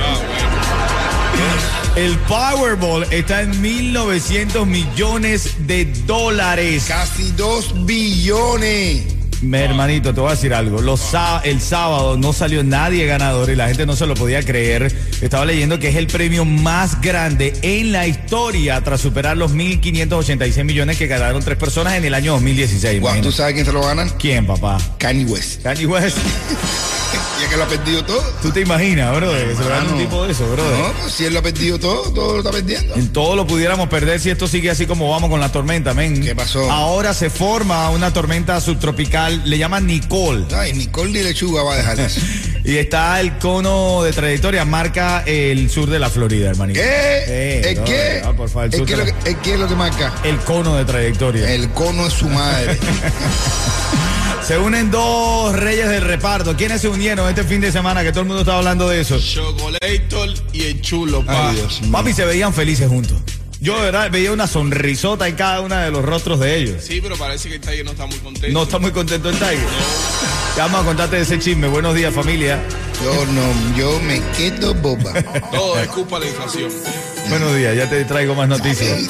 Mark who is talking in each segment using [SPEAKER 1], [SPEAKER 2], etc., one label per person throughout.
[SPEAKER 1] El Powerball está en 1.900 millones de dólares.
[SPEAKER 2] Casi dos billones.
[SPEAKER 1] Mi hermanito, te voy a decir algo. Los sá- el sábado no salió nadie ganador y la gente no se lo podía creer. Estaba leyendo que es el premio más grande en la historia tras superar los 1.586 millones que ganaron tres personas en el año 2016.
[SPEAKER 2] Guau, ¿Tú
[SPEAKER 1] imagínate.
[SPEAKER 2] sabes quién se lo ganan?
[SPEAKER 1] ¿Quién, papá?
[SPEAKER 2] Kanye West.
[SPEAKER 1] Kanye West.
[SPEAKER 2] Ya que lo ha perdido todo.
[SPEAKER 1] ¿Tú te imaginas, bro? Que se lo gane un
[SPEAKER 2] Mano.
[SPEAKER 1] tipo de eso, bro.
[SPEAKER 2] No, pues, si él lo ha perdido todo, todo lo está perdiendo.
[SPEAKER 1] En todo lo pudiéramos perder si esto sigue así como vamos con la tormenta, men.
[SPEAKER 2] ¿Qué pasó?
[SPEAKER 1] Ahora se forma una tormenta subtropical, le llaman Nicole.
[SPEAKER 2] Ay, Nicole de Lechuga va a dejar eso.
[SPEAKER 1] Y está el cono de trayectoria, marca el sur de la Florida, hermanito.
[SPEAKER 2] ¿Qué?
[SPEAKER 1] Eh,
[SPEAKER 2] ¿El
[SPEAKER 1] no,
[SPEAKER 2] qué?
[SPEAKER 1] ah, por favor, el,
[SPEAKER 2] ¿El
[SPEAKER 1] sur
[SPEAKER 2] qué
[SPEAKER 1] de
[SPEAKER 2] lo
[SPEAKER 1] la-
[SPEAKER 2] que- el qué es lo que marca?
[SPEAKER 1] el cono de trayectoria.
[SPEAKER 2] El cono es su madre.
[SPEAKER 1] Se unen dos reyes del reparto. ¿Quiénes se unieron este fin de semana? Que todo el mundo estaba hablando de eso. Ah,
[SPEAKER 3] Chocolator y el chulo, pa.
[SPEAKER 2] Ay, Dios mío.
[SPEAKER 1] Papi, se veían felices juntos. Yo, de verdad, veía una sonrisota en cada uno de los rostros de ellos.
[SPEAKER 3] Sí, pero parece que el Tiger no está muy contento.
[SPEAKER 1] No está muy contento el Tiger. Ya vamos a contarte de ese chisme. Buenos días, familia.
[SPEAKER 2] Yo no, yo me quedo boba.
[SPEAKER 3] Todo es culpa de la inflación.
[SPEAKER 1] Buenos días, ya te traigo más noticias.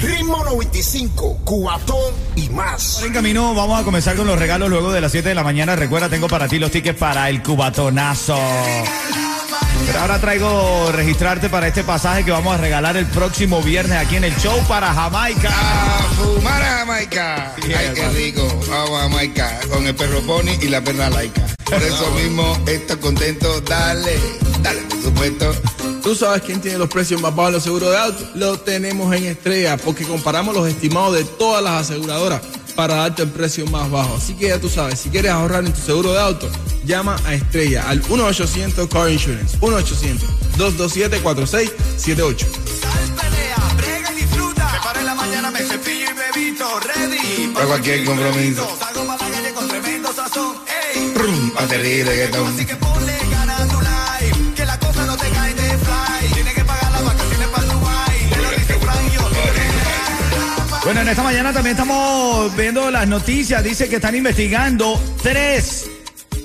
[SPEAKER 4] Ritmo 95, cuatón y más.
[SPEAKER 1] En camino, vamos a comenzar con los regalos luego de las 7 de la mañana. Recuerda, tengo para ti los tickets para el cubatonazo. Pero ahora traigo registrarte para este pasaje que vamos a regalar el próximo viernes aquí en el show para Jamaica.
[SPEAKER 2] A fumar a Jamaica. Ay, qué rico. Vamos a Jamaica con el perro Pony y la perra laica. Por eso mismo, estoy contento. Dale, dale, por supuesto.
[SPEAKER 5] Tú sabes quién tiene los precios más bajos de los seguros de auto. Lo tenemos en Estrella, porque comparamos los estimados de todas las aseguradoras para darte el precio más bajo. Así que ya tú sabes, si quieres ahorrar en tu seguro de auto, llama a Estrella al 1-800 Car Insurance. 1-800-227-4678.
[SPEAKER 2] Para cualquier compromiso. Brum, Aterriza, que tal.
[SPEAKER 1] Bueno, en esta mañana también estamos viendo las noticias. Dice que están investigando tres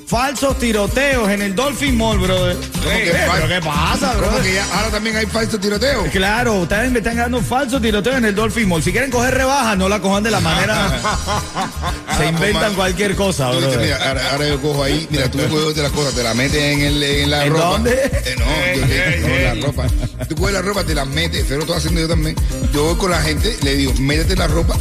[SPEAKER 1] falsos tiroteos en el Dolphin Mall, brother.
[SPEAKER 2] que
[SPEAKER 1] Eh,
[SPEAKER 2] fal-
[SPEAKER 1] ¿Pero qué pasa,
[SPEAKER 2] ¿Cómo
[SPEAKER 1] brother?
[SPEAKER 2] que ya ahora también hay falso tiroteo?
[SPEAKER 1] Claro, ustedes me están dando falso tiroteo en el Dolphin Mall. Si quieren coger rebaja, no la cojan de la manera. Se inventan cualquier cosa,
[SPEAKER 2] Tú dices,
[SPEAKER 1] bro.
[SPEAKER 2] mira, ahora, ahora yo cojo ahí, mira, tú me coges de las cosas, te la metes en, el, en la
[SPEAKER 1] ¿En
[SPEAKER 2] ropa.
[SPEAKER 1] dónde?
[SPEAKER 2] Eh, no, yo te- no, en la ropa. Tú coges la ropa, te la metes, eso lo estoy haciendo yo también. Yo voy con la gente, le digo, métete la ropa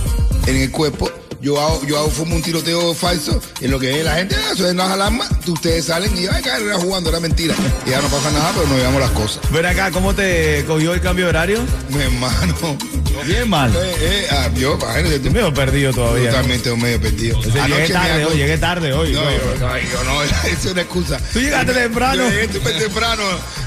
[SPEAKER 2] en el cuerpo. Yo hago, yo hago fumo un tiroteo falso, en lo que ve la gente, ah, suenan las alarmas, tú- ustedes salen y ay, cara, era jugando, era mentira. Y ya no pasa nada, pero nos llevamos las cosas.
[SPEAKER 1] Ven acá, ¿cómo te cogió el cambio de horario?
[SPEAKER 2] Mi hermano,
[SPEAKER 1] Bien mal.
[SPEAKER 2] Eh, eh, ah, yo, imagínate tú.
[SPEAKER 1] Medio perdido todavía. ¿no?
[SPEAKER 2] Totalmente un medio perdido.
[SPEAKER 1] Ese, llegué
[SPEAKER 2] Anoche me
[SPEAKER 1] tarde hoy,
[SPEAKER 2] acosté-
[SPEAKER 1] llegué tarde hoy.
[SPEAKER 2] No,
[SPEAKER 1] ¿no?
[SPEAKER 2] yo no, yo no, es una excusa.
[SPEAKER 1] Tú llegaste temprano.
[SPEAKER 2] Yo llegué súper temprano.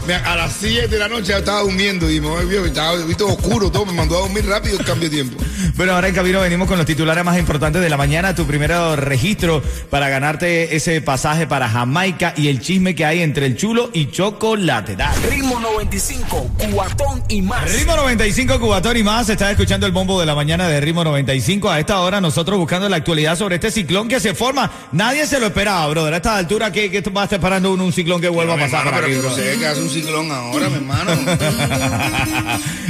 [SPEAKER 2] Me- A las 7 de la noche estaba durmiendo y me volvió, estaba vi todo oscuro, todo me mandó a dormir rápido el cambio de tiempo.
[SPEAKER 1] Bueno, ahora en camino venimos con los titulares más importantes de la mañana. Tu primer registro para ganarte ese pasaje para Jamaica y el chisme que hay entre el chulo y chocolate. Dale.
[SPEAKER 4] Ritmo 95, cuatón y más.
[SPEAKER 1] Ritmo 95 Cubatón y más, está escuchando el bombo de la mañana de Ritmo 95. A esta hora nosotros buscando la actualidad sobre este ciclón que se forma. Nadie se lo esperaba, brother. A esta altura, ¿qué, qué va a estar esperando uno un ciclón que vuelva
[SPEAKER 2] Mi
[SPEAKER 1] a pasar?
[SPEAKER 2] hermano,
[SPEAKER 1] por
[SPEAKER 2] pero
[SPEAKER 1] aquí,
[SPEAKER 2] que no
[SPEAKER 1] brother?
[SPEAKER 2] se ve que hace un ciclón ahora, mi hermano.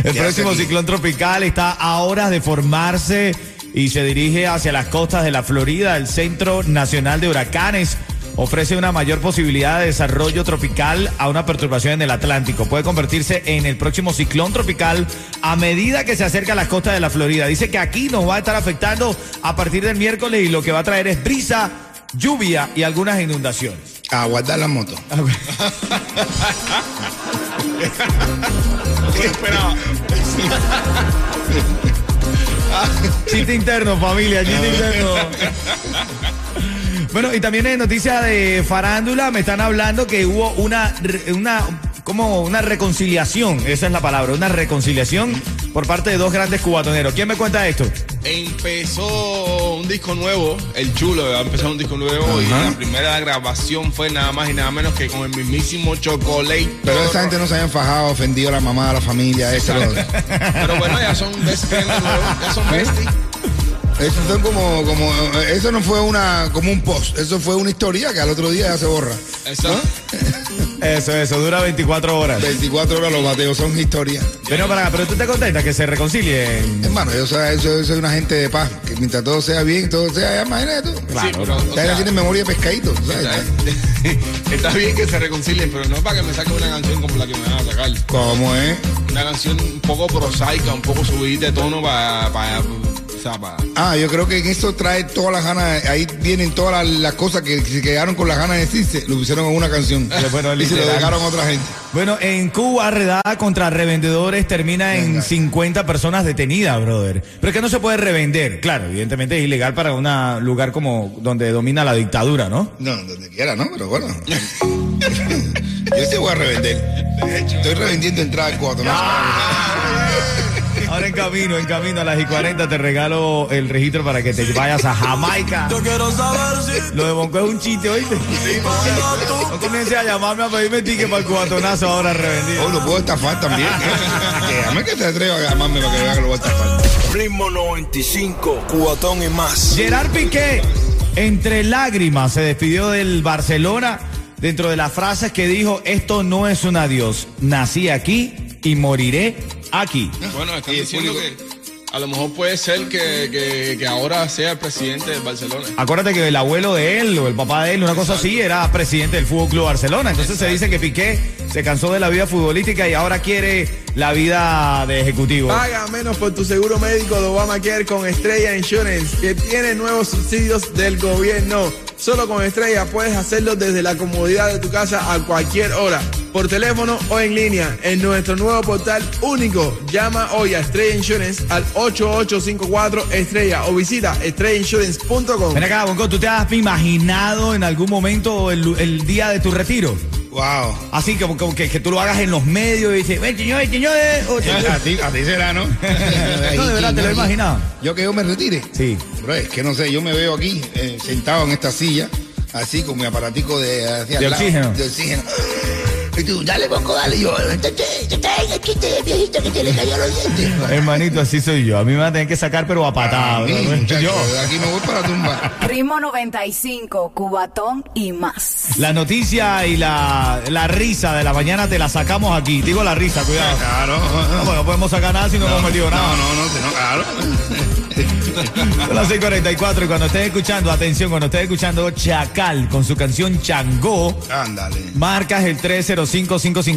[SPEAKER 1] el
[SPEAKER 2] ¿Qué
[SPEAKER 1] próximo
[SPEAKER 2] hace aquí?
[SPEAKER 1] ciclón tropical está a horas de formarse y se dirige hacia las costas de la Florida. El Centro Nacional de Huracanes ofrece una mayor posibilidad de desarrollo tropical a una perturbación en el Atlántico. Puede convertirse en el próximo ciclón tropical a medida que se acerca a las costas de la Florida. Dice que aquí nos va a estar afectando a partir del miércoles y lo que va a traer es brisa, lluvia y algunas inundaciones.
[SPEAKER 2] A guardar la moto.
[SPEAKER 1] Chiste interno, familia, chiste interno. Bueno, y también en noticias de farándula me están hablando que hubo una, re- una como una reconciliación, esa es la palabra, una reconciliación por parte de dos grandes cubatoneros. ¿Quién me cuenta esto?
[SPEAKER 3] Empezó un disco nuevo, El Chulo, va a empezar un disco nuevo y la primera grabación fue nada más y nada menos que con el mismísimo Chocolate.
[SPEAKER 2] Pero esa gente no se habían fajado, ofendido a la mamá, a la familia, eso. lo-
[SPEAKER 3] Pero bueno, ya son besties de nuevo, ya son besties.
[SPEAKER 2] Eso son como, como, eso no fue una, como un post, eso fue una historia que al otro día ya se borra.
[SPEAKER 3] Exacto.
[SPEAKER 1] Eso, eso, dura 24 horas.
[SPEAKER 2] 24 horas los bateos son historias.
[SPEAKER 1] Pero para, pero tú te contenta que se reconcilien.
[SPEAKER 2] Hermano, yo soy, yo soy una gente de paz, que mientras todo sea bien, todo sea, ya, imagínate tú.
[SPEAKER 3] Sí, pero, o
[SPEAKER 2] Ya
[SPEAKER 3] sea,
[SPEAKER 2] tienen memoria de pescadito, tú ¿sabes?
[SPEAKER 3] está, está bien que se reconcilien, pero no para que me saquen una canción como la que me van a sacar.
[SPEAKER 2] ¿Cómo es?
[SPEAKER 3] Una canción un poco prosaica, un poco subida de tono para... o sea, pa-
[SPEAKER 2] Ah, yo creo que en eso trae todas las ganas, ahí vienen todas las, las cosas que se quedaron con las ganas de decirse, lo pusieron en una canción
[SPEAKER 1] Bueno,
[SPEAKER 2] y se lo
[SPEAKER 1] literal.
[SPEAKER 2] dejaron a otra gente.
[SPEAKER 1] Bueno, en Cuba, redada contra revendedores termina en
[SPEAKER 2] Venga.
[SPEAKER 1] 50 personas detenidas, brother. Pero es que no se puede revender. Claro, evidentemente es ilegal para un lugar como donde domina la dictadura, ¿no?
[SPEAKER 2] No, donde quiera, ¿no? Pero bueno. yo sí voy a revender. Estoy revendiendo entradas cuatro. ¿no?
[SPEAKER 1] Ahora en camino, en camino a las y 40 te regalo el registro para que te vayas a Jamaica.
[SPEAKER 4] quiero saber si
[SPEAKER 1] Lo de Bonco es un chiste, ¿oíste? No comiences a llamarme a pedirme ticket para el cubatonazo ahora revendido.
[SPEAKER 2] Oh, lo puedo estafar también. que a mí que se atreva a llamarme para que vea que lo voy a estafar.
[SPEAKER 4] Ritmo 95, cuatón y más.
[SPEAKER 1] Gerard Piqué, entre lágrimas, se despidió del Barcelona dentro de las frases que dijo, esto no es un adiós, nací aquí y moriré aquí.
[SPEAKER 3] Bueno, están
[SPEAKER 2] Y el
[SPEAKER 3] diciendo que
[SPEAKER 2] público.
[SPEAKER 3] a lo mejor puede ser que, que- que ahora sea el presidente de Barcelona.
[SPEAKER 1] Acuérdate que el abuelo de él o el papá de él, una cosa así, era presidente del Fútbol Club Barcelona. Entonces se dice que Piqué se cansó de la vida futbolística y ahora quiere la vida de ejecutivo.
[SPEAKER 5] Paga menos por tu seguro médico de Obamacare con Estrella Insurance, que tiene nuevos subsidios del gobierno. Solo con Estrella puedes hacerlo desde la comodidad de tu casa a cualquier hora, por teléfono o en línea, en nuestro nuevo portal único. Llama hoy a Estrella Insurance al 8854 Estrella o visita estrellainsurance.com.
[SPEAKER 1] Ven acá, Bonco, ¿tú te has imaginado en algún momento el, el día de tu retiro?
[SPEAKER 2] Wow.
[SPEAKER 1] Así que, como que, que tú lo hagas en los medios y dices, ven, señores, señores. oh, señores".
[SPEAKER 2] A ti, a ti será, ¿no?
[SPEAKER 1] No, de verdad, te lo he imaginado.
[SPEAKER 2] Yo que yo me retire.
[SPEAKER 1] Sí.
[SPEAKER 2] Bro, es que no sé, yo me veo aquí, eh, sentado en esta silla, así con mi aparatico de, hacia
[SPEAKER 1] De
[SPEAKER 2] al lado,
[SPEAKER 1] oxígeno.
[SPEAKER 2] de oxígeno. Y tú, dale, Bonco, dale. Y yo, "Este, te traigo el chiste de viejito este, que te le cayó los dientes.
[SPEAKER 1] Hermanito, así soy yo. A mí me van a tener que sacar, pero a
[SPEAKER 2] A
[SPEAKER 1] patadas.
[SPEAKER 2] mí,
[SPEAKER 1] ¿no?
[SPEAKER 2] muchacho,
[SPEAKER 1] Yo.
[SPEAKER 2] de aquí me voy para la tumba.
[SPEAKER 6] Ritmo 95, Cubatón y más.
[SPEAKER 1] La noticia y la, la risa de la mañana te la sacamos aquí. Digo la risa, cuidado. No,
[SPEAKER 2] Claro.
[SPEAKER 1] porque no podemos sacar nada si no, hemos metido nada.
[SPEAKER 2] No, no, no, no, claro.
[SPEAKER 1] Son las 6:44 y cuando estés escuchando, atención, cuando estés escuchando Chacal con su canción Changó.
[SPEAKER 2] Ándale.
[SPEAKER 1] Marcas el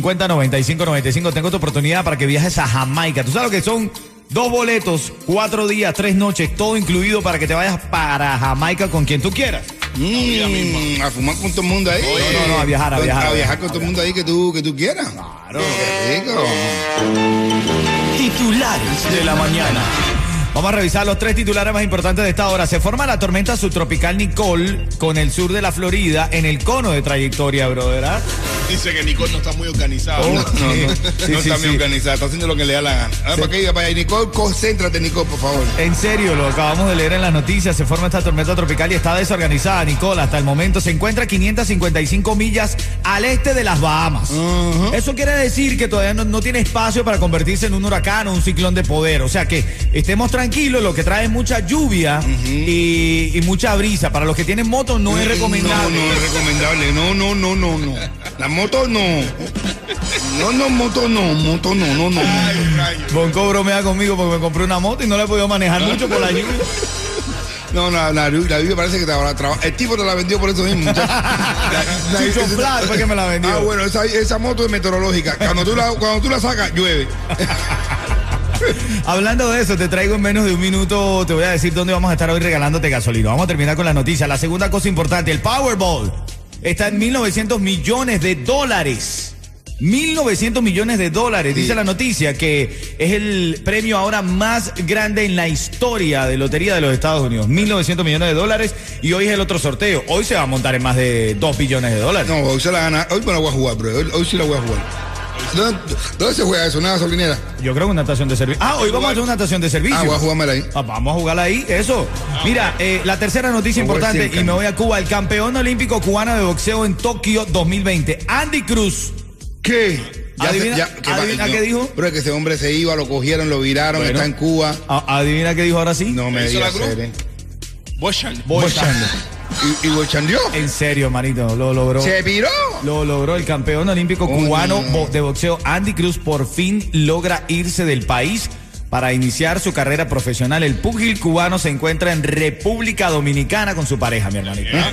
[SPEAKER 1] 305-550-9595. Tengo tu oportunidad para que viajes a Jamaica. Tú sabes lo que son dos boletos, cuatro días, tres noches, todo incluido para que te vayas para Jamaica con quien tú quieras.
[SPEAKER 3] vida misma.
[SPEAKER 2] Mm, a fumar con todo el mundo ahí.
[SPEAKER 3] Oye.
[SPEAKER 1] No, no, no, a viajar, a
[SPEAKER 2] Con-
[SPEAKER 1] viajar,
[SPEAKER 2] A
[SPEAKER 1] a
[SPEAKER 2] viajar
[SPEAKER 1] viajar,
[SPEAKER 2] con todo el mundo ahí que tú, que tú quieras. Claro. Qué rico.
[SPEAKER 1] Titulares de la mañana. Vamos a revisar los tres titulares más importantes de esta hora. Se forma la tormenta subtropical Nicole con el sur de la Florida en el cono de trayectoria, brother. ¿ah?
[SPEAKER 3] Dice que Nicole Oh, no está muy organizado.
[SPEAKER 2] No, no, no.
[SPEAKER 1] Sí,
[SPEAKER 2] no
[SPEAKER 1] sí,
[SPEAKER 2] está bien
[SPEAKER 1] sí.
[SPEAKER 2] organizada, está haciendo lo que le da la gana. A ver, para qué iba para allá. Nicole, concéntrate, Nicole, por favor.
[SPEAKER 1] En serio, lo acabamos de leer en las noticias. Se forma esta tormenta tropical y está desorganizada, Nicole. Hasta el momento se encuentra a 555 millas al este de las Bahamas. Eso quiere decir que todavía no, no tiene espacio para convertirse en un huracán o un ciclón de poder. O sea que estemos tranquilos, lo que trae es mucha lluvia y, y mucha brisa. Para los que tienen moto no es recomendable.
[SPEAKER 2] Mm, No, no es recomendable. No, no, no, no, no. La moto no. No, no, moto no, moto no, no, no.
[SPEAKER 3] Ay, rayo.
[SPEAKER 1] Bonco bromea conmigo porque me compré una moto y no la he podido manejar mucho por la lluvia.
[SPEAKER 2] No, la, la, la Biblia parece que te habrá trabajado. El tipo te la vendió por eso mismo, muchacho. La- la-
[SPEAKER 1] Chicho
[SPEAKER 2] esa-
[SPEAKER 1] Flat fue que me la vendió.
[SPEAKER 2] Ah, bueno, esa, esa moto es meteorológica. Cuando tú la, cuando tú la sacas, llueve.
[SPEAKER 1] Hablando de eso, te traigo en menos de un minuto, te voy a decir dónde vamos a estar hoy regalándote gasolina. Vamos a terminar con la noticia. La segunda cosa importante, el Powerball está en 1.900 millones de dólares. 1.900 millones de dólares,
[SPEAKER 2] Sí.
[SPEAKER 1] dice la noticia, que es el premio ahora más grande en la historia de Lotería de los Estados Unidos. 1.900 millones de dólares y hoy es el otro sorteo. Hoy se va a montar en más de 2 billones de dólares.
[SPEAKER 2] No, hoy se la gana. Hoy me la voy a jugar, bro. Hoy, hoy sí la voy a jugar. ¿Dónde, dónde se juega eso? ¿Una gasolinera?
[SPEAKER 1] Yo creo que una estación de servicio. Ah, hoy vamos a hacer una estación de servicio.
[SPEAKER 2] Ah, voy a jugármela ahí.
[SPEAKER 1] Ah, Vamos a jugar ahí, eso. Mira, eh, la tercera noticia
[SPEAKER 2] Me voy
[SPEAKER 1] importante,
[SPEAKER 2] sin
[SPEAKER 1] y me
[SPEAKER 2] cambio.
[SPEAKER 1] voy a Cuba, el campeón olímpico cubano de boxeo en Tokio 2020, Andy Cruz.
[SPEAKER 2] ¿Qué?
[SPEAKER 1] Adivina-
[SPEAKER 2] va-
[SPEAKER 1] adivina qué dijo.
[SPEAKER 2] Bro, es que ese hombre se iba, lo cogieron, lo viraron,
[SPEAKER 1] Bueno.
[SPEAKER 2] está en Cuba.
[SPEAKER 1] A- Ah, adivina qué dijo ahora sí.
[SPEAKER 2] No me
[SPEAKER 3] ¿Hizo la
[SPEAKER 2] digas,
[SPEAKER 3] cruz?
[SPEAKER 2] Eren.
[SPEAKER 3] Bochan.
[SPEAKER 1] Bochando.
[SPEAKER 2] ¿Y, y bochandeó?
[SPEAKER 1] En serio, manito, lo logró.
[SPEAKER 2] ¡Se viró!
[SPEAKER 1] Lo logró el campeón olímpico
[SPEAKER 2] Coño.
[SPEAKER 1] cubano bo- de boxeo Andy Cruz por fin logra irse del país para iniciar su carrera profesional. El púgil cubano se encuentra en República Dominicana con su pareja, mi hermanito.
[SPEAKER 3] Ah,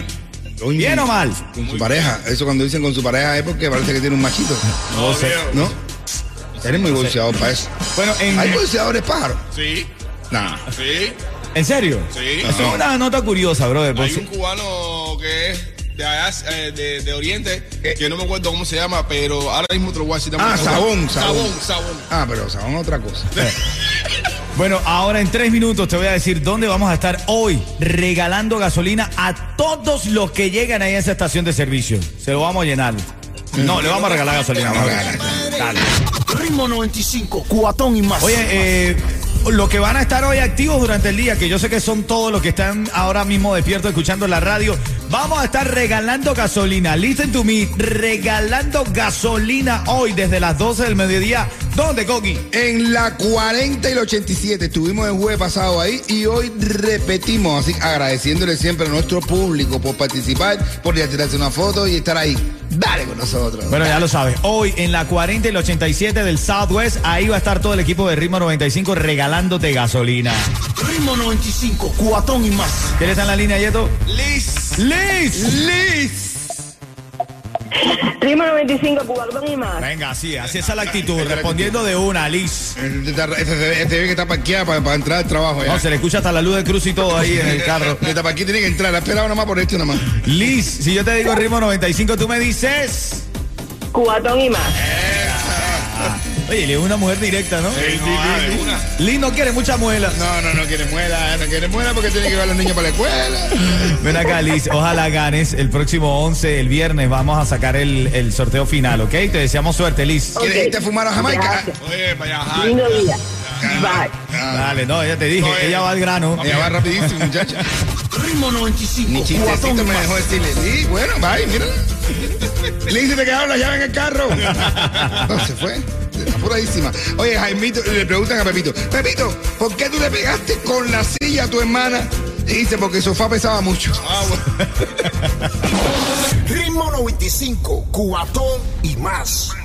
[SPEAKER 2] Coño.
[SPEAKER 1] ¿Bien o mal?
[SPEAKER 2] Con su pareja. Eso cuando dicen con su pareja es porque parece que tiene un machito.
[SPEAKER 1] No sé.
[SPEAKER 3] viejo.
[SPEAKER 2] ¿No? Eres muy bolseador para eso.
[SPEAKER 1] Bueno, en,
[SPEAKER 2] ¿Hay bolseadores pájaros?
[SPEAKER 3] Sí,
[SPEAKER 2] Nah.
[SPEAKER 3] sí,
[SPEAKER 1] ¿en serio?
[SPEAKER 3] sí.
[SPEAKER 1] Eso es una nota curiosa, brother. pues,
[SPEAKER 3] Hay un cubano que es de, allá, eh, de, de Oriente, que no me acuerdo cómo se llama, pero ahora mismo te lo voy a decir también.
[SPEAKER 2] Ah, Sabón, Sabón.
[SPEAKER 3] Sabón, Sabón.
[SPEAKER 2] Ah, pero sabón otra cosa.
[SPEAKER 1] Bueno, ahora en tres minutos te voy a decir dónde vamos a estar hoy regalando gasolina a todos los que llegan ahí a esa estación de servicio. Se lo vamos a llenar. No, le vamos a regalar gasolina.
[SPEAKER 2] Vamos a regalar.
[SPEAKER 1] Dale.
[SPEAKER 4] Ritmo 95, cuatón y más.
[SPEAKER 1] Oye, eh, los que van a estar hoy activos durante el día, que yo sé que son todos los que están ahora mismo despiertos escuchando la radio, vamos a estar regalando gasolina. Listen to me, regalando gasolina hoy desde las 12 del mediodía. ¿Dónde, Coqui?
[SPEAKER 2] En la 40 y la 87 estuvimos el jueves pasado ahí y hoy repetimos, así agradeciéndole siempre a nuestro público por participar, por ir a tirarse una foto y estar ahí. Dale con nosotros.
[SPEAKER 1] Bueno, ya lo sabes. Hoy en la 40 y la 87 del Southwest, ahí va a estar todo el equipo de Ritmo 95 regalándote gasolina.
[SPEAKER 4] Ritmo 95, cuatón y más.
[SPEAKER 1] ¿Quién está en la línea, Yeto?
[SPEAKER 3] Liz.
[SPEAKER 1] ¡Liz!
[SPEAKER 3] Liz.
[SPEAKER 7] Ritmo 95, Cubatón y más.
[SPEAKER 1] Venga, así, así esa es la actitud, respondiendo de una, Liz.
[SPEAKER 2] Este está- Este se ve- este ve que está parqueada para, para entrar al trabajo. ya.
[SPEAKER 1] No, se le escucha hasta la luz de cruz y todo ahí en el carro.
[SPEAKER 2] Esta para aquí tiene que entrar, la esperaba nomás por esto nomás.
[SPEAKER 1] Liz, si yo te digo Ritmo 95, tú me dices...
[SPEAKER 7] Cubatón y más.
[SPEAKER 1] Oye, Liz es una mujer directa, ¿no?
[SPEAKER 3] Sí, no, vale, una.
[SPEAKER 1] Liz no quiere mucha muela.
[SPEAKER 2] No, no, no quiere muela, eh, no quiere muela porque tiene que llevar a los niños para la escuela.
[SPEAKER 1] Ven acá, Liz, ojalá ganes el próximo 11, el viernes, vamos a sacar el, el sorteo final, ¿ok? Te deseamos suerte, Liz.
[SPEAKER 2] ¿Quieres
[SPEAKER 7] Ok.
[SPEAKER 2] irte a fumar a Jamaica?
[SPEAKER 7] Gracias.
[SPEAKER 3] Oye, vaya, ajá.
[SPEAKER 7] Lindo día. Bye.
[SPEAKER 1] Ah, Dale, no, ya te dije,
[SPEAKER 3] No, eh.
[SPEAKER 1] ella va al grano.
[SPEAKER 2] Ella va rapidísimo, muchacha.
[SPEAKER 4] Ritmo 95,
[SPEAKER 2] Ni
[SPEAKER 4] cuatón
[SPEAKER 2] chistecito
[SPEAKER 4] y
[SPEAKER 2] me
[SPEAKER 4] más.
[SPEAKER 2] dejó decirle. Sí, bueno, bye, mírala. Le dice, te quedaron las llaves en el carro. No, se fue. Apuradísima. Oye, Jaimito, le preguntan a Pepito, Pepito, ¿por qué tú le pegaste con la silla a tu hermana? Y dice, porque el sofá pesaba mucho.
[SPEAKER 3] Ah,
[SPEAKER 4] Ritmo 95, cuatón y más.